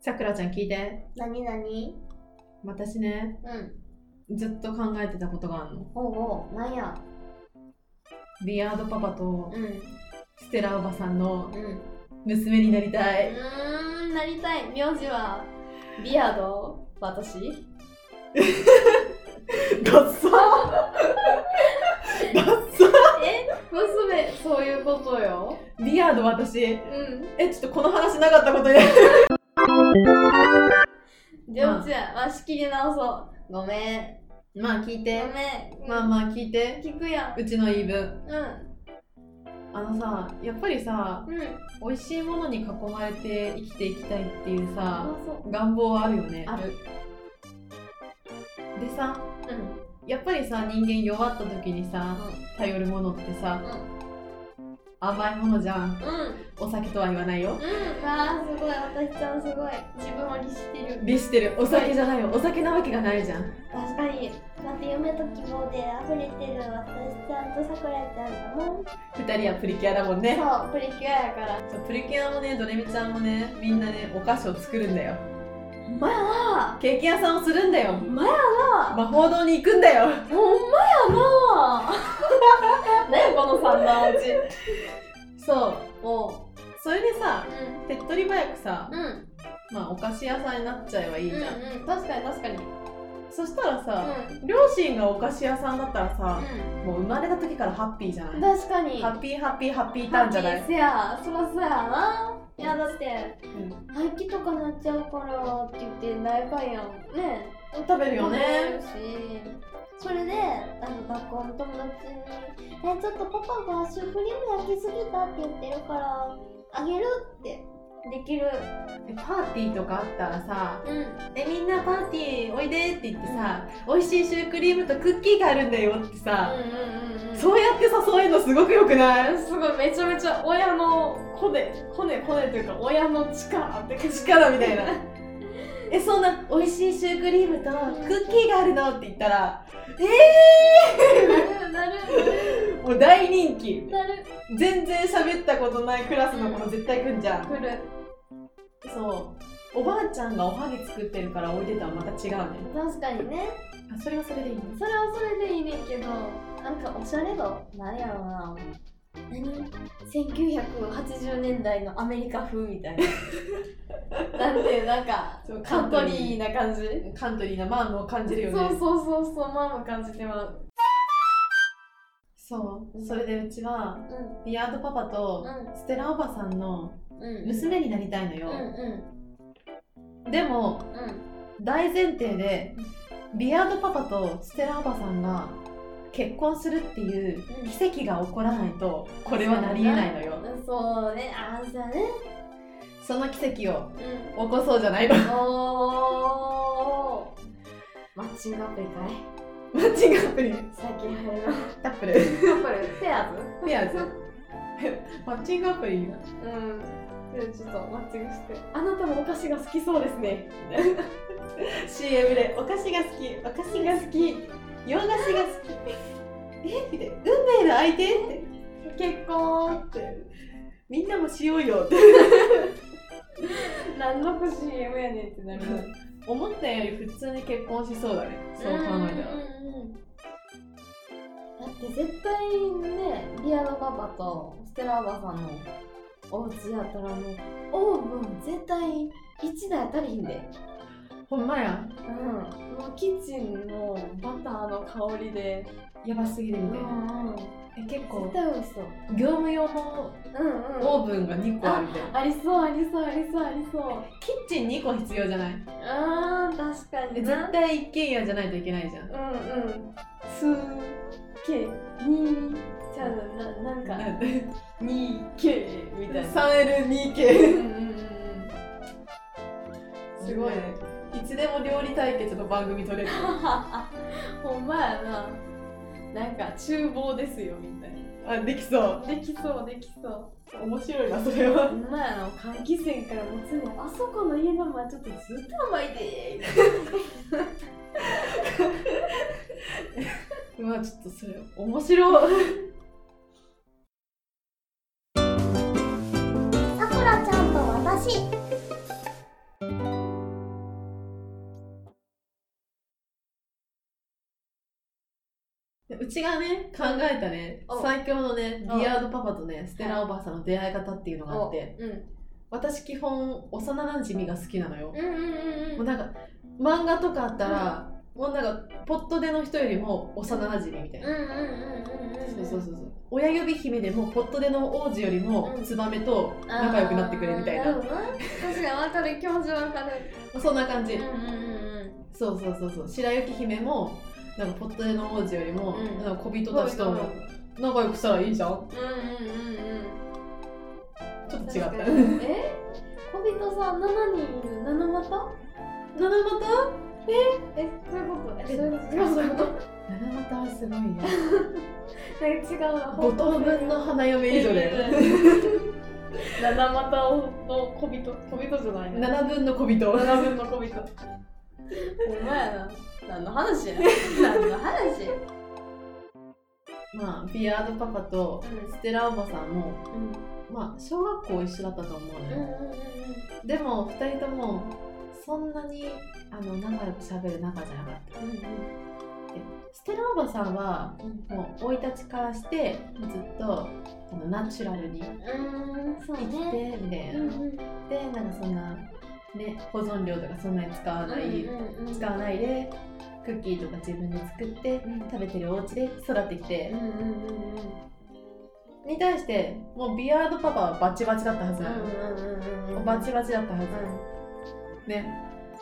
さくらちゃん聞いて。なになに私ね、うん。ずっと考えてたことがあるの。ほうほう。なんや。ビアードパパとうん。ステラおばさんのうん。娘になりたうい。ーん、なりたい。名字は、ビアード私ガ ッサーガッサ え娘、そういうことよ。ービアード私。うえ、ちょっとこの話なかったことに。ん。でもじゃあ、まあ、仕切り直そう。ごめん。まあ聞いごて。めん。まああ。まあ聞いて。聞くやん。うちの言い分。うん。あのさ、やっぱりさ、うん。美味しいものに囲まれて生きていきたいっていうあさ、、そう。願望はあるよね。ある。でさ、うん。やっぱりさ、人間弱った時にさ、頼るものってさ、甘いものじゃん。うん。うん。お酒とは言わないよ。うん。わあ、すごい。私ちゃんすごい。自分を律してる。律してる。お酒じゃないよ。お酒なわけがないじゃん。確かに。だって夢と希望で溢れてる私ちゃんとさくらちゃんだもん。二人はプリキュアだもんね。そう、プリキュアやから。そうプリキュアもね、ドレミちゃんもね、みんなね、お菓子を作るんだよ。まあ、ケーキ屋さんをするんだよ。まあな。魔法堂に行くんだよ。ほんまやな。ねこの三段落ち。そう。もう、それでさ、う手っ取り早くさ、ん。うん。まあお菓子屋さんになっちゃえばいいじゃん。うんうん。確かに確かに。そしたらさ、う両親がお菓子屋さんだったらさ、ん。もう生まれた時からハッピーじゃない、うん。確かに。ハッピーハッピーハッピーターンじゃないハッピーせや、そらそやな。いや、だって、うん廃棄とかなっちゃうからって言って、大会やん。ね食べるよね。それで、あの学校の友達に、え、ちょっとパパがシュークリーム焼きすぎたって言ってるから、あげるって。できる。えパーティーとかあったらさうん。 「えみんなパーティーおいで」って言ってさ、美味しいシュークリームとクッキーがあるんだよってさ、うんうんうんうん。そうやって誘えるのすごくよくないすごい、めちゃめちゃ親のコネ、コネコネというか、親の力って感じ。力みた いなえそんな美味しいシュークリームとクッキーがあるのって言ったら「 えなるなるえー!」もう大人気なる。全然喋ったことないクラスの子も絶対来んじゃん、来る。そうおばあちゃんがおはぎ作ってるからおいでたはまた違うね確かにね。あそれはそれでいいねそれはそれでいいねんけどなんかおしゃれ度なんやろな何1980年代のアメリカ風みたいななんていうなんかそうカントリーな感じ、カントリーなマームを感じるよねそうそうそうそうママ感じてまうそうそれでうちはうビアードパパとうステラおばさんのんうん娘になりたいのうよ、んうんでもうん大前提でビアードパパとステラおばさんが結婚するっていううん奇跡が起こらないとこれはなりえないのよそうねああそうだねその奇跡をう起こそうじゃないのんおーマッチングアプリかいマッチングアプリ最近流行りのタップルこれペアーズペアーズマッチングアプリうん。ちょっとマッチングして。あなたもお菓子が好きそうですね。 CM でお菓子が好きお菓子が好き洋菓子が好きえみたいな運命の相手って結婚ってみんなもしようよって何の CM やねんってなる。思ったより普通に結婚しそうだねそう考えたらだって絶対ね、リアのパパとステラおばさんのお家やったらもう、オーブン絶対1台足りひんで。ほんまやうん。もうキッチンのバターの香りで。やばすぎるみうたいな、んうん。え結構絶対美味しそう。業務用のうんうん。オーブンが2個あるみたいなありそうありそうありそうありそう。キッチン2個必要じゃないあー確かでにな絶対一軒家じゃないといけないじゃんうんうんすけにちゃうななんかにけみたいなう 3L2K んうんうんすごいねいつでも料理対決の番組 撮れるほんまやななんか厨房ですよみたいあできそうなできそうできそ面白いなそれうはほんまやな換気扇からもう常にあそこの家の前ちょっとずっと甘いでーうわちょっとそれ面白いさくらちゃんと私うちがね考えたねうん最強のねうんビアードパパとねステラおばあさんの出会い方っていうのがあってうん私基本幼なじみが好きなのようんうんもうなんか漫画とかあったらもうなんかポットでの人よりも幼なじみみたいなうんうんうんうんそうそうそうそう親指姫でもポットでの王子よりもうんツバメと仲良くなってくれみたいな、あーるほどな確かにわかる気持ちわかるそんな感じ、うんうんそうそうそうそう白雪姫もなんかポットでの王子よりも、うんなんか小人たちとも仲良くしたらいいじゃんうんうんうんうんちょっと違違っったたえ小人さん7人いる7股七股えそういうことええそういうことそういうことなんか七股はすごいね違うな5等分の花嫁以上だよ七股をの小人小人じゃないね7分の小人七分の小人お前やな何の話や何の話まあビアードパパとステラおばさんもうんまあ小学校一緒だったと思うのうよ、んうでも2人ともそんなにあの仲良く喋る仲じゃなかったんうんうんステラおばさんはうんもう生い立ちからしてずっとあのナチュラルにうーん、そう生きてね。みたいうんな。うんでなんかそんな、ね、保存料とかそんなに使わない、うんうん使わないでクッキーとか自分で作ってうん食べてるお家で育ってきうんて、うんうんうんに対してもうビアードパパはバチバチだったはずなの、うんうんうんうんバチバチだったはず、うね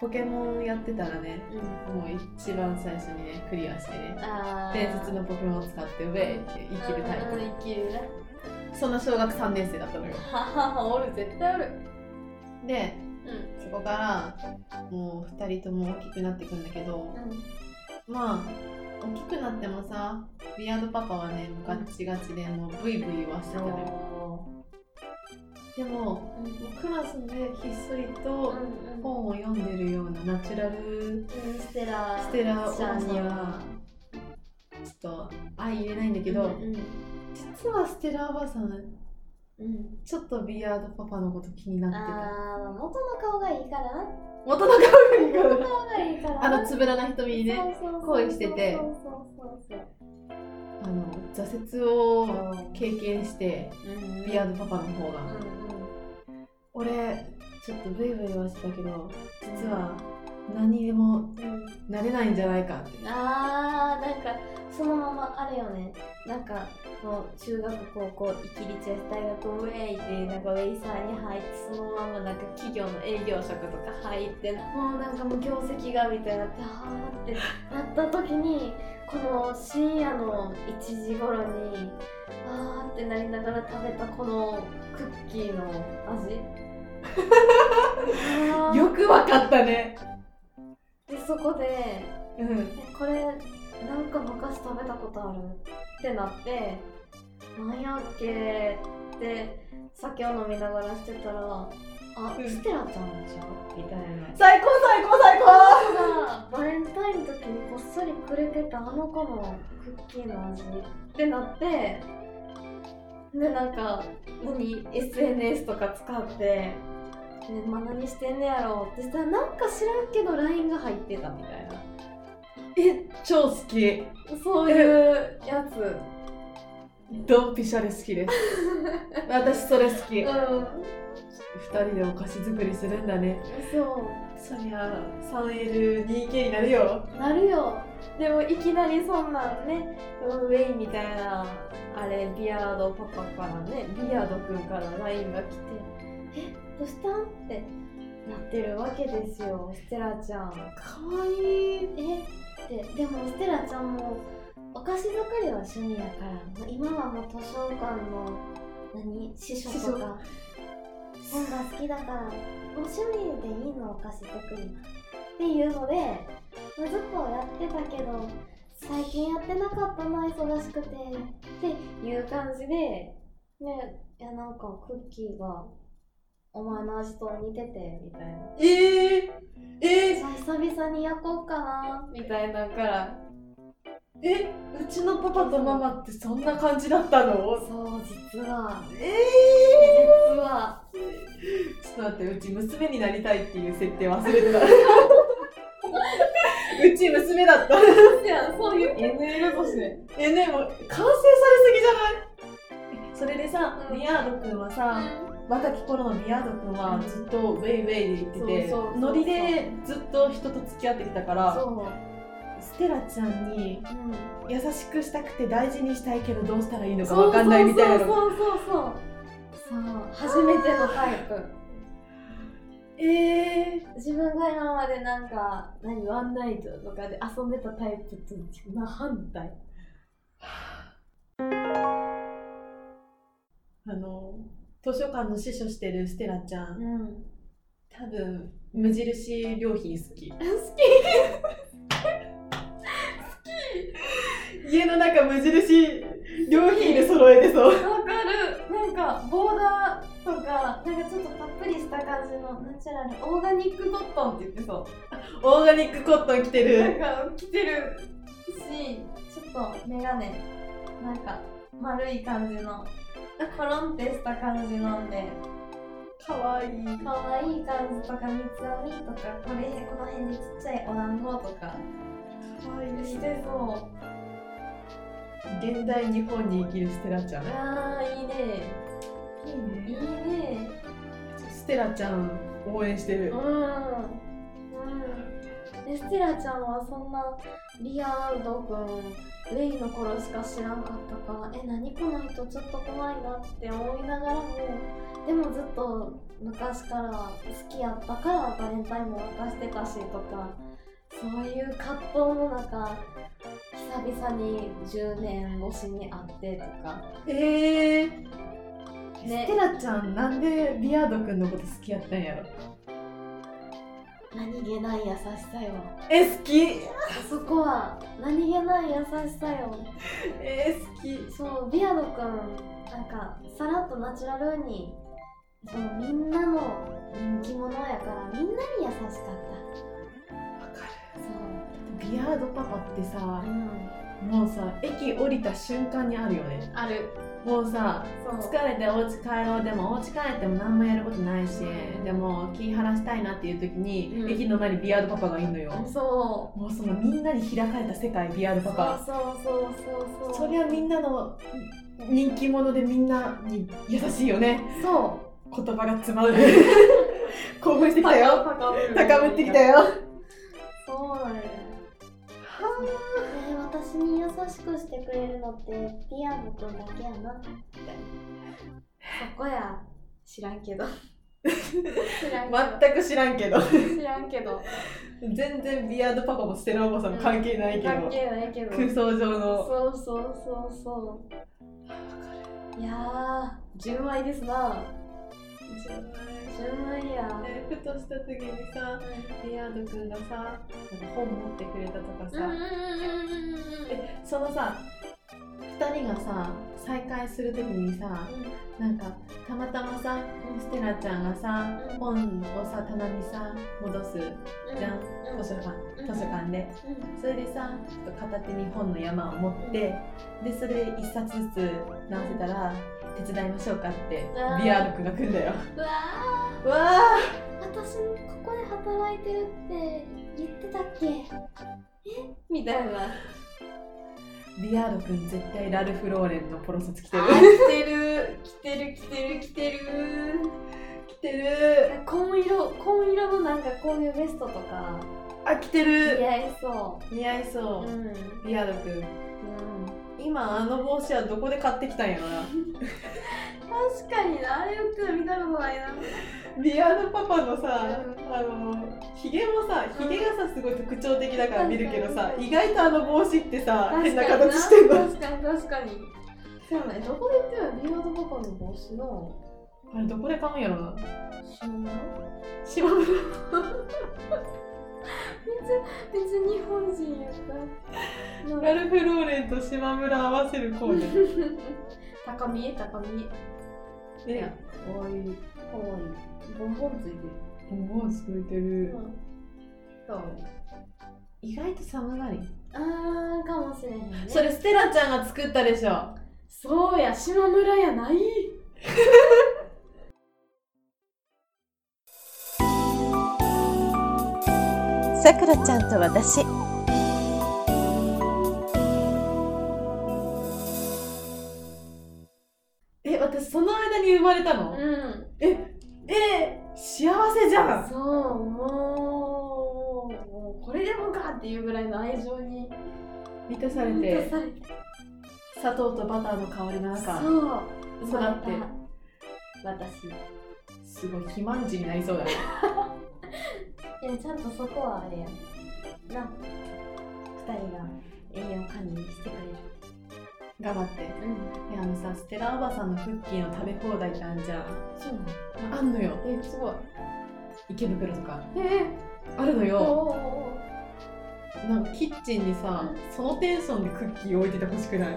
ポケモンやってたらねんうんもう一番最初にねクリアしてねあー伝説のポケモンを使ってウェイって生きるタイプ、うん生きるねそんな小学3年生だったのよはははおる絶対おるでうんそこからもう2人とも大きくなっていくんだけどまあ大きくなってもさビアードパパはねもうガッチガチでもうブイブイはしてたのよおでももーうクラスでひっそりとうん本を読んでるようなナチュラルうんステラステラ王ちゃんにはちょっと相入れないんだけど、うん実はステラおばさんうんちょっとビアードパパのこと気になってあー元の顔がいいからなた元の元顔の が顔がいいからあのつぶらな瞳にねそうそうそう恋しててそうそうそうあの挫折をそう経験してうんビアードパパの方うがんうん俺ちょっとブイブイはしてたけど実は何でもなれないんじゃないかってあーなんかそのままあれよねなんかもう中学高校生きりちゃ大学ウェイっていうなんかウェイサーに入ってそのままなんか企業の営業職とか入ってもうなんかもう業績がみたいなダーってなった時にこの深夜の1時頃にあーってなりながら食べたこのクッキーの味あーよくわかったねでそこでうんえこれなんか昔食べたことあるってなってなんやっけって酒を飲みながらしてたらあ、うんステラちゃんじゃんみたいな最高最高最高ただバレンタインの時にこっそりくれてたあの子のクッキーの味ってなってでなんか何 SNS とか使って、ねまあ、何してんねやろうってしたらなんか知らんけど LINE が入ってたみたいな。え超好きそういうやつ。ドンピシャで好きです私それ好き2う人でお菓子作りするんだねん。そそりゃ 3L2K になるよう。なるよ。でもいきなりそんなんね、ウェイみたいな、あれ、ビアードパパからね、ビアードくんから LINE が来て、え、どうしたんってなってるわけですよ、ステラちゃん。かわいいえって、でもステラちゃんも、お菓子作りは趣味やから、もう今はもう図書館の、何師匠師匠とか本が好きだからお趣味でいいのお菓子作りっていうのでまあずっとやってたけど最近やってなかったな忙しくてっていう感じでねいやなんかクッキーがお前の味と似ててみたいなえー、えじゃあ久々に焼こうかなみたいなからー、えうちのパパとママってそんな感じだったのそう実はえ実は ー、ちょっと待ってうち娘になりたいっていう設定忘れてたううち娘だった。そうやんそういう NL として。え、ねもう完成されすぎじゃないそれでさ、うんビアード君はさ、若き頃のビアード君はずっとウェイウェイで言っててそうそうそうそうノリでずっと人と付き合ってきたからそステラちゃんにう、うん、優しくしたくて大事にしたいけどどうしたらいいのか分かんないみたいなのそうそうそうそうそうそう初めてのタイプえ自分が今までなんか何ワンナイトとかで遊んでたタイプと真反対ー、あの図書館の司書してるステラちゃんん好多分無印良品 好きき家の中無印良品で揃えてそうわかるなんかボーダーとかなんかちょっとたっぷりした感じのナチュラルオーガニックコットンって言ってそオーガニックコットン着てうなるんか着てるしちょっとメガネなんか丸い感じのコロンってした感じなんでかわいい可愛い感じとか三つ編みとかこれこの辺でちっちゃいお団子とかしてそう現代日本に生きるステラちゃんあーいいねいいいいねねステラちゃん応援してうるんうんエステラちゃんはそんなリアード君レイの頃しか知らんかったからえ何この人ちょっと怖いなって思いながらもでもずっと昔から好きやったからバレンタインも渡してたしとかそういう葛藤の中久々に10年越しに会ってとかえーねステラちゃんなんでビアードくんのこと好きやったんやろ何気ない優しさよえ好きそこは何気ない優しさよえー、好きそうビアドくんなんかさらっとナチュラルにそのみんなの人気者やからみんなに優しかったわかそうるビアードパパってさうんもうさ駅降りた瞬間にあるよねあるもうさそう疲れてお家帰ろうでもお家帰っても何もやることないしでも気晴らしたいなっていう時に、うん駅の前にビアードパパがいるのよそもうそのみんなに開かれた世界ビアーうドパパそうそうそうそうそりゃみんなの人気者でみんなに優しいよねそう言葉が詰まる 興奮してきたよ高ぶ高ぶってきたよそうなんやね私に優しくしてくれるのってピアノくんだけやなってそこや知らんけど知らんけど全く知らんけど知らんけど全然ビアードパパもステラおばさんも関係ないけど関係ないけど空想上のそうそうそうそういやー純愛ですな純愛や、ねふとした時にさビアードくんがさなんか本持ってくれたとかさ、えそのさ2人がさ再会する時にさなんかたまたまさステラちゃんがさうん本をさ棚にさ戻すじゃん図書館うん図書館でそれでさちょっと片手に本の山を持ってでそれで1冊ずつ直せたら手伝いましょうかってあービアード君が来んだようわーわ私ここで働いてるって言ってたっけえみたいなービアード君絶対ラルフ・ローレンのポロシャツ着てる着てる着てる着てる着てる着てる紺色紺色のなんかこういうベストとかあ着て似る合いそ似合いうそうう、んうんビアード君今あの帽子はどこで買ってきたんやろな確かになあれよく見たことないなビアードパパのさ、うんあのひげもさひげがさすごい特徴的だから見るけどさ、うん意外とあの帽子ってさ変確なかにな形してんの確かに確かにそうやねどこで言ってるのビアードパパの帽子のあれどこで買うんやろな知らない島村別別に日本人やったなんかラルフローレンと島村合わせるコーデ高見え高見えねかわいいかわいいボンボンついておおついてる、るかわいい意外と寒がりあーかもしれへんねそれステラちゃんが作ったでしょそうや島村やないさくらちゃんと私え私その間に生まれたの、うんえー幸せじゃんそうもうもうこれでもかっていうぐらいの愛情に満たされ満てたされて砂糖とバターの香りの中そう育ってた私いすごい肥満児になりそうだねやちゃんとそこはあれやな二人が栄養管理してくれ頑張ってるうんいやあのさステラおばさんのクッキーの食べ放題ってあんじゃんそうなのあんのよえすごい池袋とかえあるのおよおなんかキッチンにさそのテンションでクッキー置いててほしくない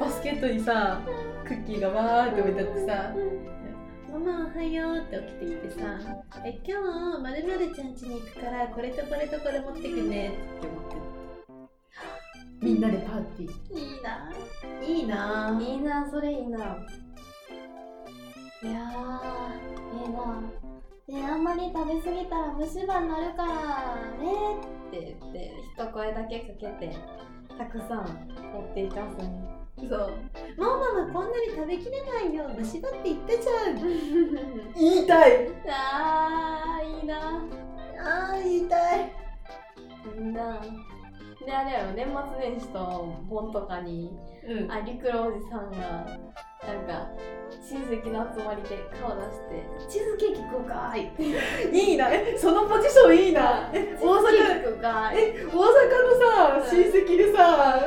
確かバスケットにさクッキーがわーって置いてあってさママおはようって起きてきてさえ今日まるまるちゃん家に行くからこれとこれとこれ持ってくねって思ってみんなでパーティいいなーいいなぁいいなそれいいないやーええなねあんまり食べ過ぎたら虫歯になるからねって言って一声だけかけてたくさん持っていかす ねそうママはこんなに食べきれないよ虫歯って言ったじゃん言いたいあーいいなあー言いたいいいなであれやろ年末年始と盆とかにうんあリクロおじさんがなんか親戚の集まりで顔出して「チーズケーキ食うかーい」って言っいいなえそのポジションいいなてえ「チ大ーズケー阪キ食うかーい」え大阪のうんさ親戚でさ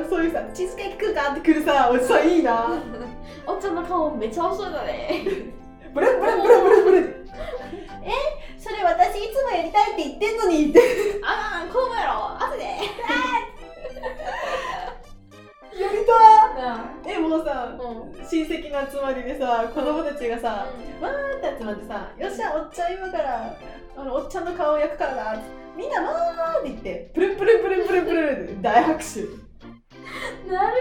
そういうさ「チーズケーキ食うか?」って来るさおじさんいいなおっちゃんの顔めっちゃ面白いだねブレブレブレブレブレそれ私いつもやりたいって言ってんのにってああ子供やろ後でやりたなあいえもうさうん親戚の集まりでさ子供たちがさパーって集まってさ「よっしゃおっちゃん今からあのおっちゃんの顔を焼くからな」みんな「わー」って言ってプルンプルンプルンプルンプルンって大拍手なる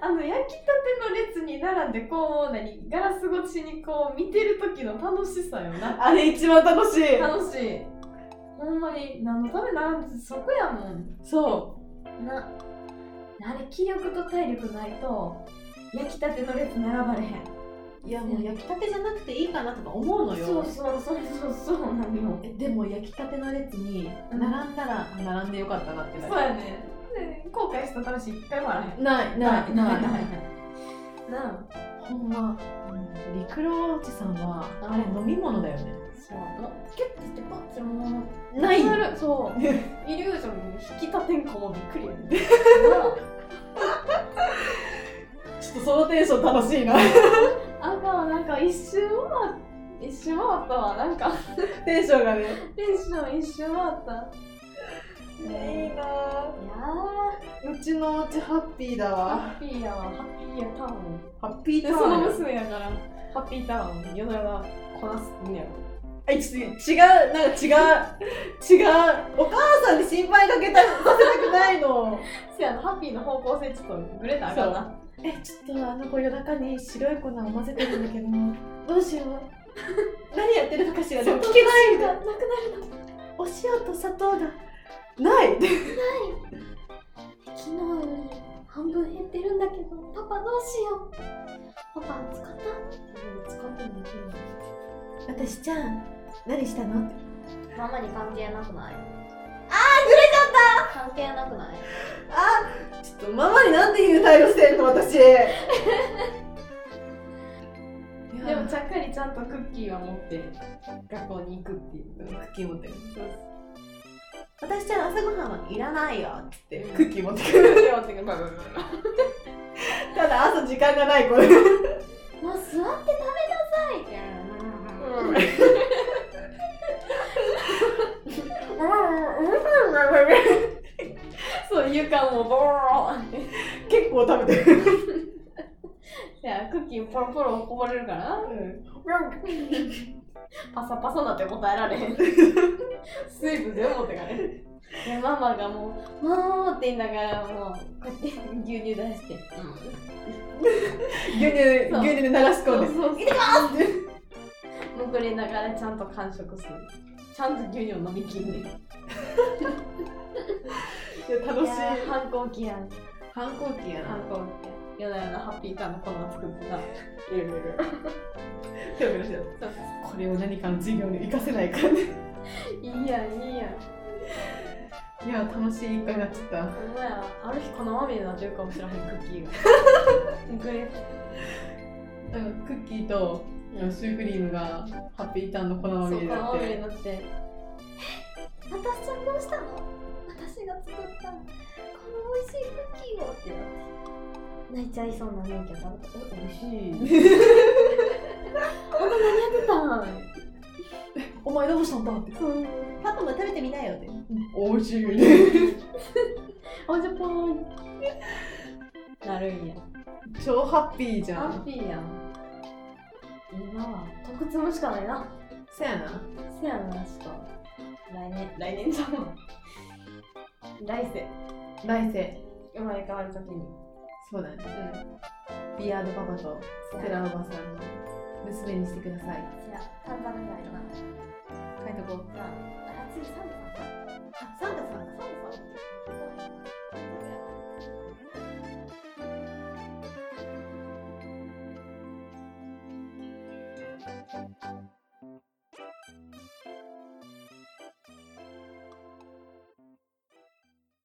あの焼きたての列に並んでこう何ガラス越しにこう見てる時の楽しさよなあれ一番楽しい楽しいほんまに何のため並んでそこやもん そなあれ気力と体力ないと焼きたての列並ばれへんういやもう焼きたてじゃなくていいかなとか思うのよそうそうそうそうそうなのよえでも焼きたての列に並んだら、あ並んでよかったなってなそうやねで後悔した楽しい一回もあらへんないなないいなないいないなほんまリクロおじさんはあれ飲み物だよねそうキュッてしてパッてもうないなるそう イリュージョンに引き立てん子もびっくりやねちょっとそのテンション楽しい なな ああかんわなんか一周回っ一周回ったわなんか テンションがねテンション一周回ったいいなぁいやうちのおうちハッピーだーわ。ハッピーやわハッピーやタウンハッピーでその娘やからハッピータウン世の中こなすんやろあ、ちょっと違う、なんか違う、違う。お母さんに心配かけたさせたくないの。せやなハッピーの方向性ちょっとグレたらあかんなえ、ちょっとあの子夜中に白い粉を混ぜてるんだけど、どう しよう。何やってるのかしら、でも聞けないみたいな。なくなるのお塩と砂糖が。ない昨日より半分減ってるんだけどパパどうしようパパ使った使ってない私ちゃん、何したのママに関係なくないあーずれちゃった関係なくないあ、ちょっとママになんていう態度してんの、私。ででもちゃっかりちゃんとクッキーは持って学校に行くっていうクッキー持ってるそう私ちゃん朝ごはんはいらないよっつってうんクッキー持ってくるってくただ朝時間がない これもう座って食べなさいってうんうん そう床もボローンって結構食べてる、いやクッキーポロポロこぼれるからなパサパサなっても耐えられへん水分全部持ってかれへんでママがもう「もう」って言いながらもうこうやって牛乳出して「牛乳そう牛乳で流し込んでそうそうそういってきますってむくりながらちゃんと完食するちゃんと牛乳飲みきんねんいやや楽しいー反抗期やん反抗期やな反抗期やん夜な夜なハッピーターンの粉作ってたいろいろペロペロしてそうたこれを何かの授業に活かせないかねいいやんいいやんいや楽しい一回になっちゃったほんまやある日粉まみれになってるかもしれへんクッキーがグレなんかクッキーとあのシュークリームがハッピーターンの粉そまうみれにな粉まっみれにてなって私ちゃんどうしたの私が作ったこの美味しいクッキーをってなって泣いちゃいそうな免許食べたえ美味しい何やってお前どうしたんだってたんパパも食べてみなよって美味しいねあじゃぽーンなるんや超ハッピーじゃハッんピーやん今は特積むしかないなせやなせやなちょっと来年来年じゃん来世来世生まれ変わるときにそうだねビアードパパとせテやラおばさんの娘にしてくださいせや簡単なのかな書いとこうじゃああ次3